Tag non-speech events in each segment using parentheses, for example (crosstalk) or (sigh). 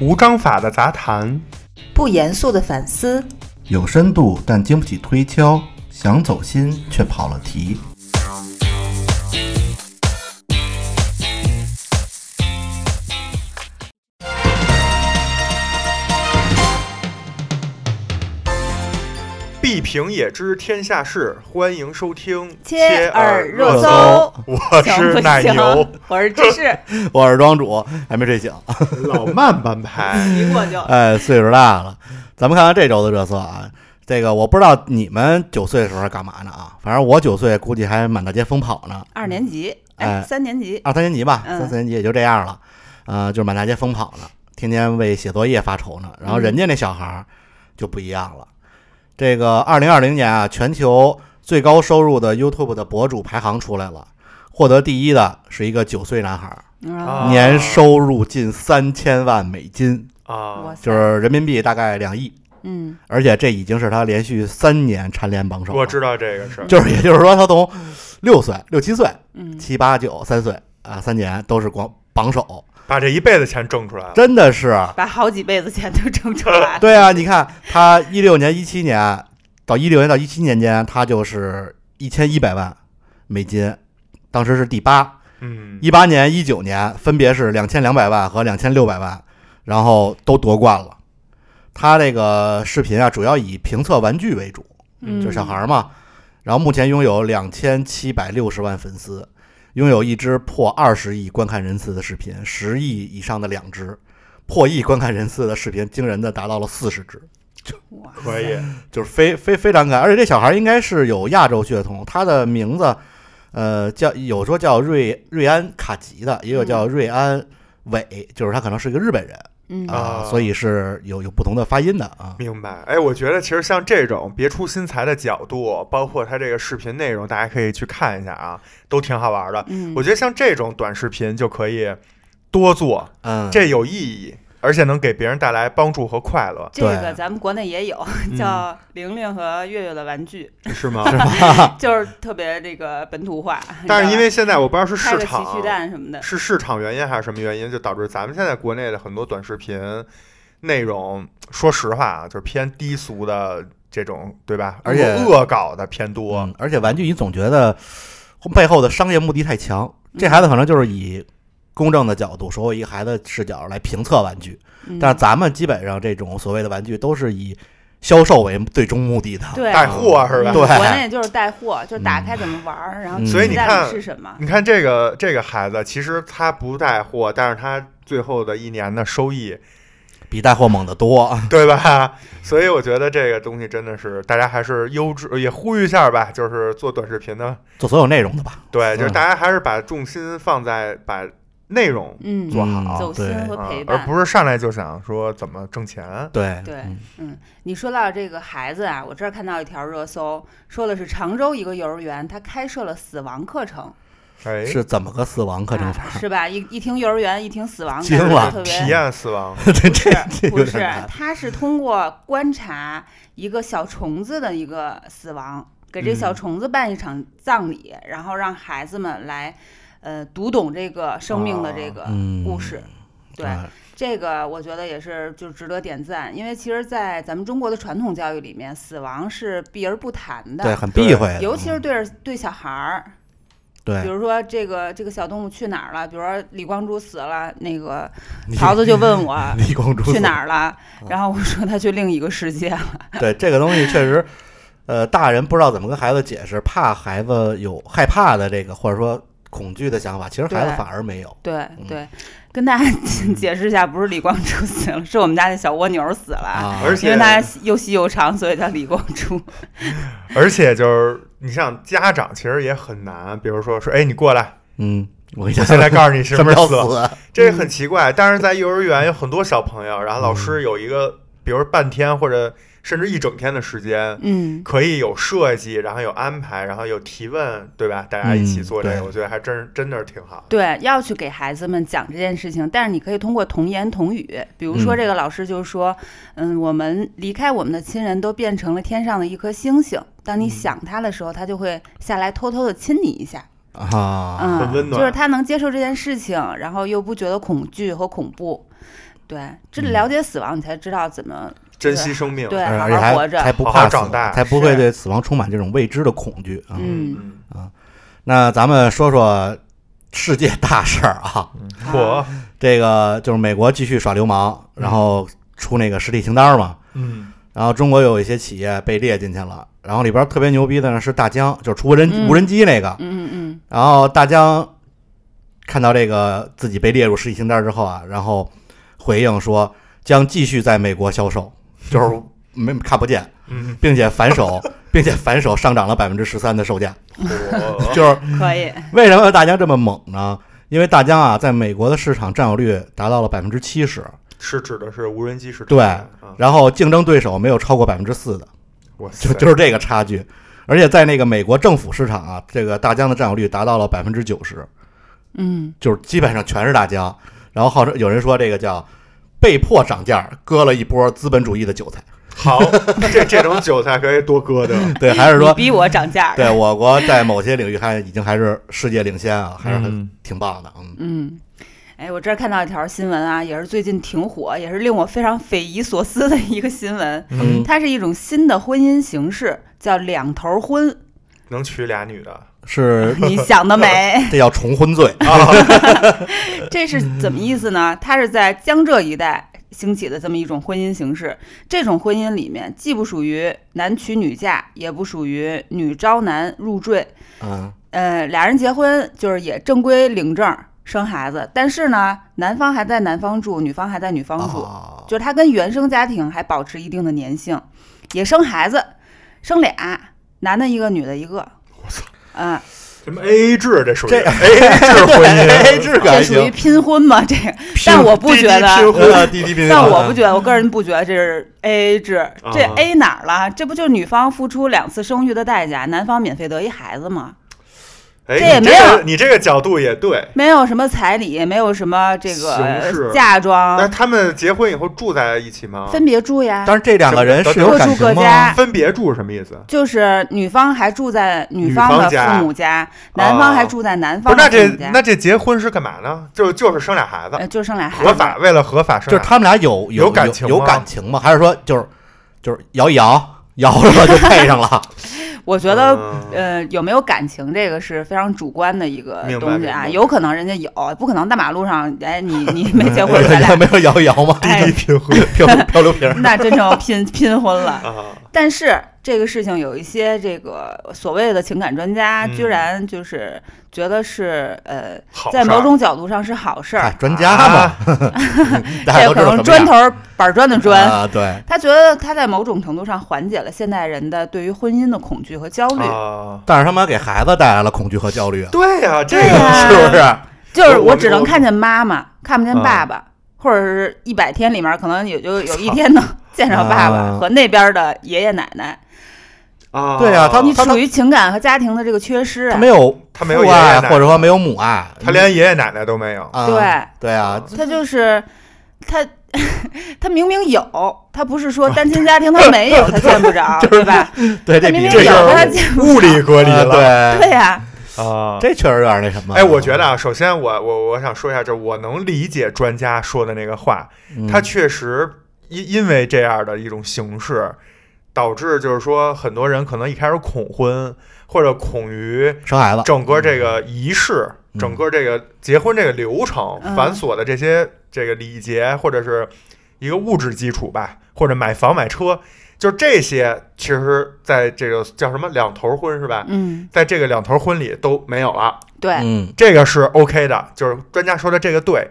无章法的杂谈，不严肃的反思，有深度但经不起推敲，想走心却跑了题。必评也知天下事，欢迎收听切耳热热搜。我是奶 (laughs) 牛，行，我是芝 (laughs) 士，我是庄主，还没睡醒。老慢半拍。一过就哎，岁数大了，咱们看看这周的热搜啊。这个我不知道你们九岁的时候是干嘛呢啊？反正我九岁估计还满大街疯跑呢，二年级，哎哎，三年级，二三年级吧，嗯三四年级也就这样了。呃，就是满大街疯跑呢，天天为写作业发愁呢。嗯然后人家那小孩儿就不一样了。这个二零二零年啊，全球最高收入的 YouTube 的博主排行出来了，获得第一的是一个九岁男孩儿，啊，啊年收入近三千万美金，啊哇，塞就是人民币大概两亿。嗯，而且这已经是他连续三年蝉联榜首了。我知道这个事儿。 (laughs) 就是也就是说，他从六岁、六七岁、嗯，七八九、三岁啊，三年都是光榜首，把这一辈子钱挣出来了。真的是。把好几辈子钱都挣出来，对啊，你看他一六年、一七年到一六年到一七年间，他就是一千一百万美金，当时是第八。嗯，一八年、一九年分别是两千两百万和两千六百万，然后都夺冠了。他这个视频啊，主要以评测玩具为主，嗯就是小孩儿嘛。然后目前拥有两千七百六十万粉丝，拥有一支破二十亿观看人次的视频，十亿以上的两支，破亿观看人次的视频惊人的达到了四十支，哇塞可以，就是非非非常可爱。而且这小孩儿应该是有亚洲血统，他的名字，呃，叫有说叫瑞瑞安卡吉的，也有叫瑞安伟，就是他可能是一个日本人嗯啊啊，所以是有有不同的发音的啊。明白。哎，我觉得其实像这种别出心裁的角度，包括它这个视频内容，大家可以去看一下啊，都挺好玩的。嗯我觉得像这种短视频就可以多做，嗯，这有意义，而且能给别人带来帮助和快乐，这个对咱们国内也 (laughs) 有， (laughs) 叫玲玲和月月的玩具，是吗？ (laughs) 就是特别这个本土化。嗯 (laughs) 但是因你为现在我不知道是知道吧市开个奇场趣蛋什么的，是市场原因还是什么原因，就导致咱们现在国内的很多短视频内容，说实话啊，就是偏低俗的这种，对吧？而且恶恶搞的偏多。嗯，而且玩具你总觉得背后的商业目的太强，嗯这孩子可能就是以公正的角度，说我一个孩子视角来评测玩具，嗯但是咱们基本上这种所谓的玩具都是以销售为最终目的的。对带货是吧嗯嗯对国内就是带货，就是打开怎么玩儿，然后嗯期所以你待看里是什么。你看这个这个孩子，其实他不带货，但是他最后的一年的收益，比带货猛得多。啊对吧？ (laughs) 所以我觉得这个东西真的是大家还是优质，也呼吁一下吧，就是做短视频的，做所有内容的吧，对，就是嗯大家还是把重心放在把内容嗯，做嗯好走心对和啊陪伴而。不是上来就想说怎么挣钱。对对嗯你说到这个孩子啊，我这儿看到一条热搜，说的是常州一个幼儿园，它开设了死亡课程，哎，是怎么个死亡课程法？啊是吧？一一听幼儿园，一听死亡，惊感觉了特别体验死亡， (laughs) 这这这不有是点难，。它是通过观察一个小虫子的一个死亡，给这嗯小虫子办一场葬礼，然后让孩子们来，呃，读懂这个生命的这个嗯，呃故事。对，啊这个我觉得也是就值得点赞，因为其实，在咱们中国的传统教育里面，死亡是避而不谈对，的，很嗯避讳的，尤其是对着对小孩儿，比对如说这个这个小动物去哪儿了，比如说李光洙死了，那个你桃子就问 (laughs) 我李光洙去死哪儿了，嗯然后我说他去另一个世界了，对这个东西确实，呃，大人不知道怎么跟孩子解释，怕孩子有害怕的这个或者说恐惧的想法，其实孩子对反而没有。对对，跟大家嗯解释一下，不是李光洙死了，是我们家那小蜗牛死了，啊，而因且为它又细又长，所以叫李光洙。而且就是你像家长其实也很难，比如说说，哎，你过来，嗯，我跟我你讲，现在告诉你什什么么时叫候死，死？这也很奇怪。但是在幼儿园有很多小朋友，然嗯后老师有一个，比如半天或者甚至一整天的时间。嗯，可以有设计，然后有安排，然后有提问，对吧？大家一起嗯做这个，对我觉得还真真的是挺好。对，要去给孩子们讲这件事情，但是你可以通过童言童语，比如嗯说这个老师就说，嗯我们离开我们的亲人都变成了天上的一颗星星，当你想他的时候，他就会下来偷偷的亲你一下，啊，嗯，很温暖就是他能接受这件事情，然后又不觉得恐惧和恐怖。对，这了解死亡，你才知道怎么珍惜生命，对嗯好而且好还活着才不好怕好死长大才不会是对死亡充满这种未知的恐惧啊。嗯，那咱们说说世界大事儿啊，嗯火，这个就是美国继续耍流氓，然后出那个实体清单嘛，嗯然后中国有一些企业被列进去了，然后里边特别牛逼的呢是大疆，就是出无人、嗯无人机那个，嗯嗯然后大疆看到这个自己被列入实体清单之后啊，然后回应说将继续在美国销售，就是没看不见，嗯，并且反手，并且反手上涨了百分之十三的售价，火， (laughs) 就是嗯，可以， (laughs) 为什么大疆这么猛呢？因为大疆啊，在美国的市场占有率达到了百分之七十，是指的是无人机市场，对啊，然后竞争对手没有超过百分之四的，哇塞就就是这个差距。而且在那个美国政府市场啊，这个大疆的占有率达到了百分之九十，嗯，就是基本上全是大疆。然后号称有人说这个叫被迫涨价，割了一波资本主义的韭菜。 (laughs) 好，这这种韭菜可以多割的，对，还是你说逼我涨价，对，我国在某些领域还已经还是世界领先啊，还是很嗯挺棒的。嗯，嗯。哎，我这儿看到一条新闻啊，也是最近挺火，也是令我非常匪夷所思的一个新闻。嗯它是一种新的婚姻形式，叫两头婚。能娶俩女的，是你想得美！这叫重婚罪。啊这是怎么意思呢？它是在江浙一带兴起的这么一种婚姻形式。这种婚姻里面，既不属于男娶女嫁，也不属于女招男入赘。嗯呃，俩人结婚就是也正规领证生孩子，但是呢，男方还在男方住，女方还在女方住，啊，就是他跟原生家庭还保持一定的粘性，也生孩子，生俩，男的一个，女的一个。我操！嗯、什么 AA 制这属于 (laughs) 这 AA 制婚哎，姻，啊这这感属于情，拼婚吗？这个，但我不觉滴滴得，拼婚 (laughs) 呃滴滴拼但我不觉得，我个人不觉得这 (laughs) 是 A A 制，这啊 A 哪儿了？这不就是女方付出两次生育的代价，男方免费得一孩子吗？哎，这也你没有个你这个角度也对。没有什么彩礼，没有什么这形式个嫁那妆，他们结婚以后住在一起吗？啊分别住呀，但是这两个人是有各感住各情吗家？分别住是什么意思？就是女方还住在女女的方家父母家，男方还住在男不方是，的那父这母家，那这结婚是干嘛呢？就就是生俩孩子，呃就生俩孩合法子，为了合法就生是俩孩子，他们俩有有感情吗有感情吗？还是说就是就是摇一摇，摇着就配上 (laughs) 了？我觉得。嗯呃，有没有感情这个是非常主观的一个明白东西明啊，白有可能人家有，不可能大马路上，(laughs) 哎，你你没结婚，咱 (laughs) 俩没有摇一摇吗？哎滴滴拼 (laughs) 婚漂漂流瓶儿，那真成 (laughs) 拼拼婚了。啊， (laughs) 但是这个事情有一些这个所谓的情感专家，嗯居然就是觉得是呃，好在事某儿种角度上是好事哎儿，专家嘛，啊 (laughs) 大这家有都可知道什能砖么头儿板砖的砖。样啊，对，他觉得他在某种程度上缓解了现代人的对于婚姻的恐惧和焦虑，啊，但是他妈给孩子带来了恐惧和焦虑啊，对呀，这对个呀是不是？啊就是我我只能我看见妈妈，看不见啊爸爸，或者是一百天里面可能也就有一天能见着爸爸啊和那边的爷爷奶奶。啊，对呀他你他处于情感和家庭的这个缺失他啊没，有他没有父爷爷爱，奶奶或者说没有母爱，他连爷爷奶奶都没有，啊对。对啊，他就是他，他明明有，他不是说单亲家庭他没有，他见不着，对吧？对他这比明明这事有，儿但他我见不着物理隔离啊了对对，呀，啊。这确实有点那什么。哎，我觉得啊，首先我我我想说一下，就是我能理解专家说的那个话，嗯它确实因因为这样的一种形式，导致就是说很多人可能一开始恐婚，或者恐于生孩子，整个这个仪式、啊嗯整个这个结婚这个流程、嗯繁琐的这些这个礼节，或者是一个物质基础吧，或者买房买车，就这些，其实在这个叫什么两头婚是吧？嗯，在这个两头婚里都没有了。对，嗯，这个是 OK 的，就是专家说的这个对。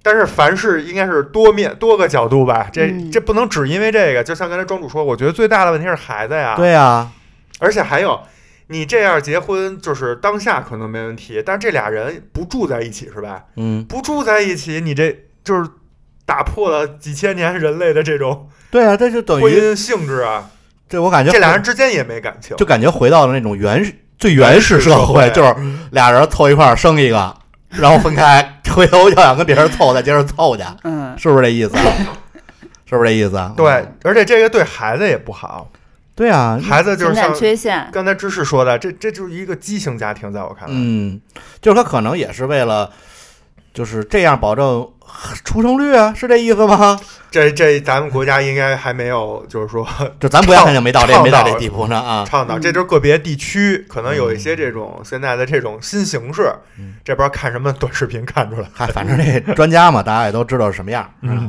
但是凡事应该是多面多个角度吧，这嗯这不能只因为这个。就像刚才庄主说，我觉得最大的问题是孩子呀，对啊，而且还有你这样结婚，就是当下可能没问题，但这俩人不住在一起是吧？嗯，不住在一起，你这就是打破了几千年人类的这种对啊，这就等婚于姻性质啊。这我感觉这俩人之间也没感情，就感觉回到了那种原始最原始社会，原始就社是俩人凑一块儿生一个，然后分开，回头要想跟别人凑再接着凑去，嗯，是不是这 (laughs) 意思啊？是不是这意思啊？对，而且这个对孩子也不好，对啊，孩子就情是感像缺陷，刚才知识说的，这这就是一个畸形家庭，在我看来。嗯，就是他可能也是为了，就是这样保证出生率啊，是这意思吗？这这咱们国家应该还没有，就是说就咱国家肯定没到这倡没到倡这导地步呢啊。倡导，嗯这就是个别地区可能有一些这种现在的这种新形式嗯，这边看什么短视频看出来。嗨，反正这专家嘛，大家也都知道是什么样儿。是吧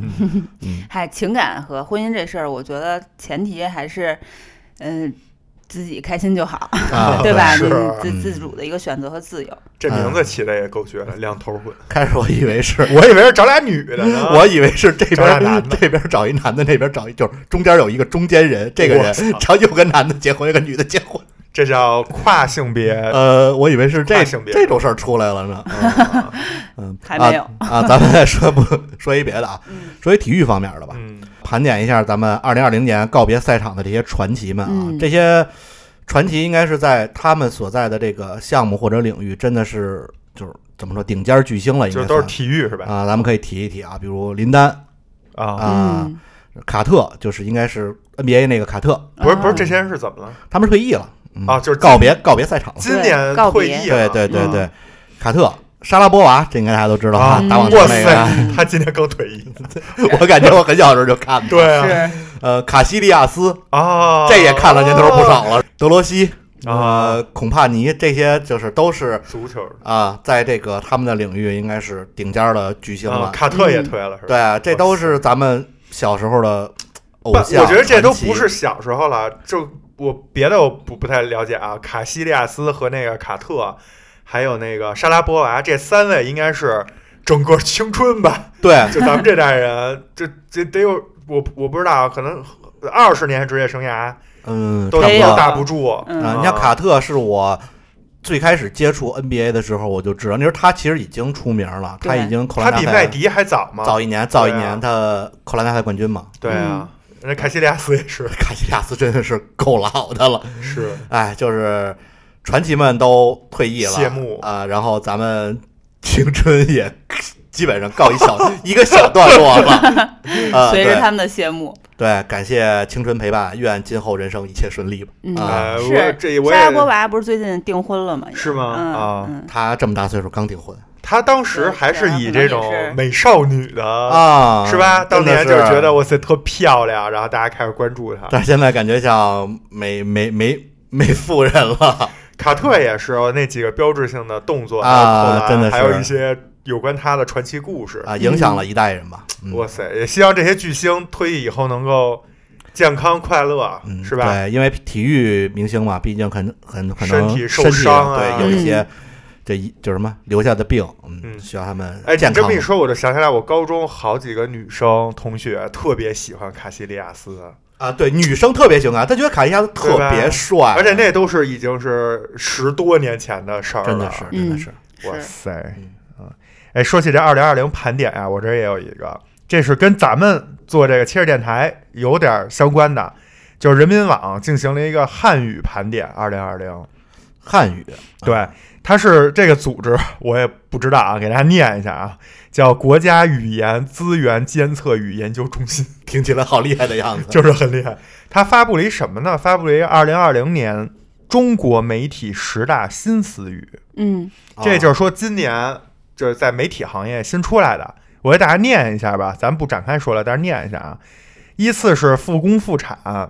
嗯，嗨，情感和婚姻这事儿，我觉得前提还是，嗯、自己开心就好，啊，对吧？是你自嗯自主的一个选择和自由。这名字起的也够绝的，两头混。开始我以为是， (laughs) 我以为是找俩女的呢，嗯 (laughs) 我以为是这嗯边找俩男的这边找一男的，那边找一就是中间有一个中间人，这个人我操然后又跟男的结婚，又跟女的结婚。这叫跨性别。呃，我以为是这跨性别这种事儿出来了呢。啊嗯，还没有啊啊。咱们再说不说一别的啊，嗯说一体育方面的吧。嗯，盘点一下咱们二零二零年告别赛场的这些传奇们啊，嗯这些传奇应该是在他们所在的这个项目或者领域，真的是就是怎么说顶尖巨星了，应就该都是算体育是吧？啊，咱们可以提一提啊，比如林丹啊，啊，嗯卡特就是应该是 NBA 那个卡特，不是不是，啊这些人是怎么了？他们退役了、嗯、啊，，就是告别告别赛场了。今年告退别役对了。对对嗯对，卡特。莎拉波娃，这应该大家都知道啊打网球哇那塞个啊，他今年更退役。 (laughs) 我感觉我很小时候就看过。对啊，嗯是呃，卡西利亚斯，啊，这也看了年头不少了。哦德罗西啊呃，孔帕尼这些就是都是足球的啊，在这个他们的领域应该是顶尖儿的巨星啊，了。卡特也嗯退了是吧？对啊，这都是咱们小时候的偶不，像。我觉得这都不传是奇小时候了，就我别的我不不太了解啊。卡西利亚斯和那个卡特，还有那个莎拉波娃，这三位应该是整个青春吧？对就咱们这代人，这这得有我我不知道，啊可能二十年职业生涯嗯，都差不没都有多打不住嗯啊。你像卡特是我。最开始接触 NBA 的时候，我就知道，那时候他其实已经出名了，他对已经扣他篮大比麦赛迪还早嘛？早一年，早一对啊年他扣篮大赛冠军嘛。 (laughs) 对啊，嗯那卡西利亚斯也是卡西利亚斯真的是够老的了，是哎，就是传奇们都退役了，谢幕啊、然后咱们青春也基本上告一小一个小段落 (laughs) 了，啊、随对着他们的谢幕。对，感谢青春陪伴，愿今后人生一切顺利吧。嗯，啊呃，我是这我莎拉波也娃不是最近订婚了吗？是吗？嗯啊，嗯他这么大岁数刚订婚他当时还是以这对可能也是种美少女的啊，是吧？当年就是觉得我，哇塞特漂亮，然后大家开始关注她。但是现在感觉像美美美美妇人了，卡特也是哦那几个标志性的动作啊还有扣篮真的是还有一些有关她的传奇故事。啊，影响了一代人吧。嗯哇塞，也希望这些巨星退役以后能够健康快乐，嗯，是吧？对，因为体育明星嘛，毕竟很很可能身体受身伤啊对，有一嗯些这一就是什么留下的病，嗯，嗯需要他们哎，健你这康么嘛。一说，我就想起来，我高中好几个女生同学特别喜欢卡西利亚斯，啊，对，女生特别喜欢，她觉得卡西亚斯特别帅，而且那都是已经是十多年前的事儿了，真的是嗯真的是哇是塞嗯啊！哎，说起这二零二零盘点啊，我这儿也有一个，这是跟咱们做这个切尔电台有点儿相关的，就是人民网进行了一个汉语盘点二零二零。汉语对， (laughs) 它是这个组织，我也不知道啊，给大家念一下啊，叫国家语言资源监测与研究中心， (laughs) 听起来好厉害的样子。就是很厉害。它发布了一什么呢？发布了一个二零二零年中国媒体十大新词语。嗯啊这就是是说今年就是在媒体行业新出来的，我给大家念一下吧，咱不展开说了，但是念一下啊。依次是复工复产、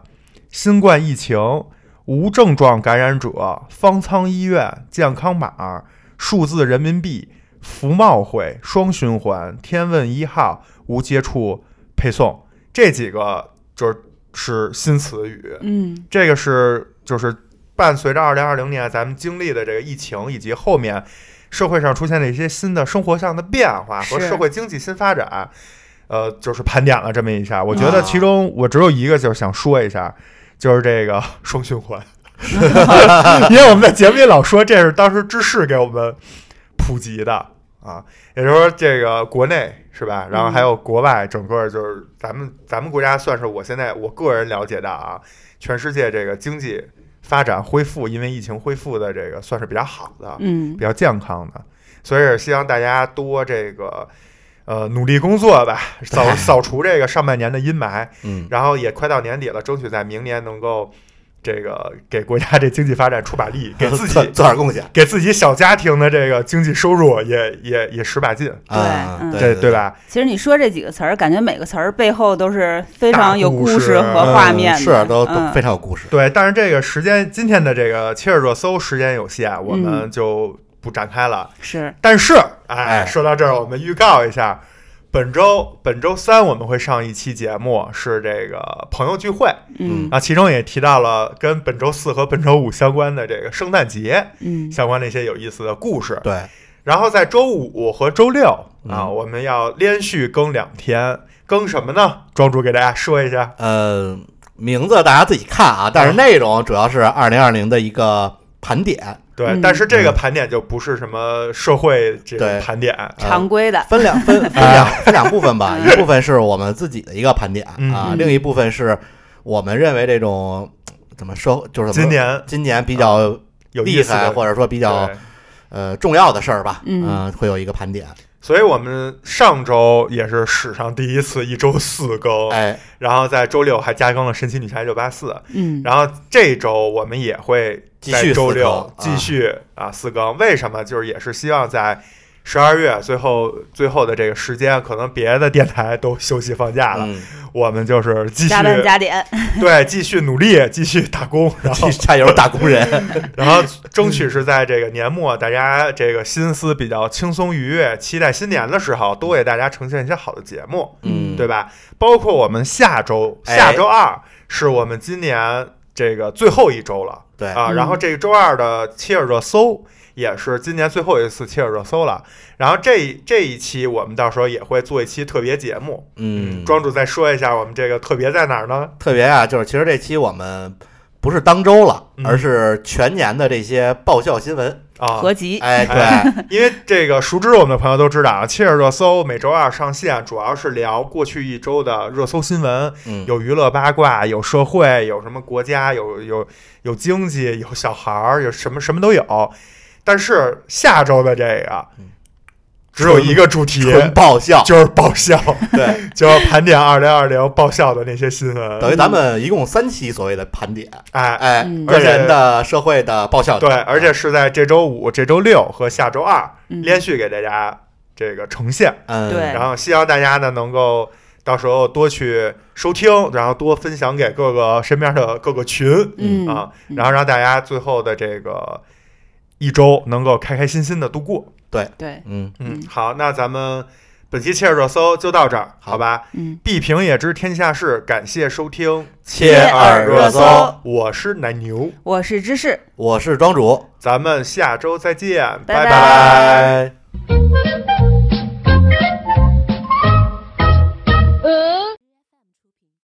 新冠疫情、无症状感染者、方舱医院、健康码、数字人民币、服贸会、双循环、天问一号、无接触配送这几个就是是新词语。嗯这个是就是伴随着二零二零年咱们经历的这个疫情，以及后面社会上出现的一些新的生活上的变化和是社会经济新发展，呃，就是盘点了这么一下。我觉啊得其中我只有一个就是想说一下，就是这个双循环，因为我们在节目里老说这是当时知识给我们普及的啊，也就是说这个国内。是吧？然后还有国外，整个就是咱们咱们国家算是我现在我个人了解到啊，全世界这个经济发展恢复，因为疫情恢复的这个算是比较好的，嗯比，较健康的，所以也希望大家多这个呃努力工作吧， (laughs) 扫扫除这个上半年的阴霾，嗯，然后也快到年底了，争取在明年能够。这个给国家这经济发展出把力，给自做 (laughs) 己 (laughs) 做点贡献给自己小家庭的这个经济收入也也也使把劲，啊，嗯对对对？吧？其实你说这几个词儿，感觉每个词儿背后都是非大常有故故事啊事和画面的，嗯是都都嗯非常有故事。对，但是这个时间今天的这个切尔热搜时间有限，我们就不展开了。是但是，哎，哎说到这儿，我们预告一下，本周本周三我们会上一期节目，是这个朋友聚会嗯啊，其中也提到了跟本周四和本周五相关的这个圣诞节嗯相关的一些有意思的故事。对，然后在周五和周六啊，嗯我们要连续更两天，更什么呢？庄主给大家说一下。呃，名字大家自己看啊，但是嗯内容主要是二零二零的一个盘点，对，嗯但是这个盘点就不是什么社会这种对盘点，呃常规的，分两分分啊两分两部分吧，嗯一部分是我们自己的一个盘点嗯啊，嗯另一部分是我们认为这种怎么说就是怎今么年啊今年比较有意厉思的害或者说比比较呃重要的事儿吧，嗯呃会有一个盘点，所以我们上周也是史上第一次一周四更，哎，然后在周六还加更了《神奇女侠一九八四》，嗯然后这周我们也会继在续周四六更继啊续啊四更。为什么？就是也是希望在十二月最后最后的这个时间，可能别的电台都休息放假了，嗯，我们就是继续加班加点， (laughs) 对继续努力，继续打工，然 (laughs) 后加油打工 (laughs) 人，然后争取是在这个年末，大家这个心思比较轻松愉悦，期待新年的时候，多给大家呈现一些好的节目，嗯，对吧？包括我们下周哎下周二是我们今年这个最后一周了对啊，嗯然后这个周二的切尔热搜。也是今年最后一次切尔热搜了，然后这这一期我们到时候也会做一期特别节目，嗯，庄主再说一下我们这个特别在哪儿呢？特别啊，就是其实这期我们不是当周了，嗯而是全年的这些爆笑新闻。啊，合集，哎，对，因为这个熟知我们的朋友都知道啊，切尔热搜每周二上线，主要是聊过去一周的热搜新闻，嗯，有娱乐八卦，有社会，有什么国家，有有有经济，有小孩儿，有什么什么都有。但是下周的这个嗯只有一个主题，纯爆笑，就是爆笑， (laughs) 对，就要盘点二零二零爆笑的那些新闻。等于咱们一共三期所谓的盘点，哎，哎，嗯个人的、社会的爆笑对点，，而且是在这周五、这周六和下周二嗯连续给大家这个呈现。嗯，对然后希望大家呢能够到时候多去收听，然后多分享给各个身边的各个群、嗯啊，嗯然后让大家最后的这个一周能够开开心心的度过。对，嗯，嗯嗯，好，那咱们本期切尔热搜就到这儿，好吧？嗯，必评也知天下事，感谢收听，切耳热搜，我是奶牛，我是芝士，我是庄主，咱们下周再见，拜拜拜拜。 Thank you.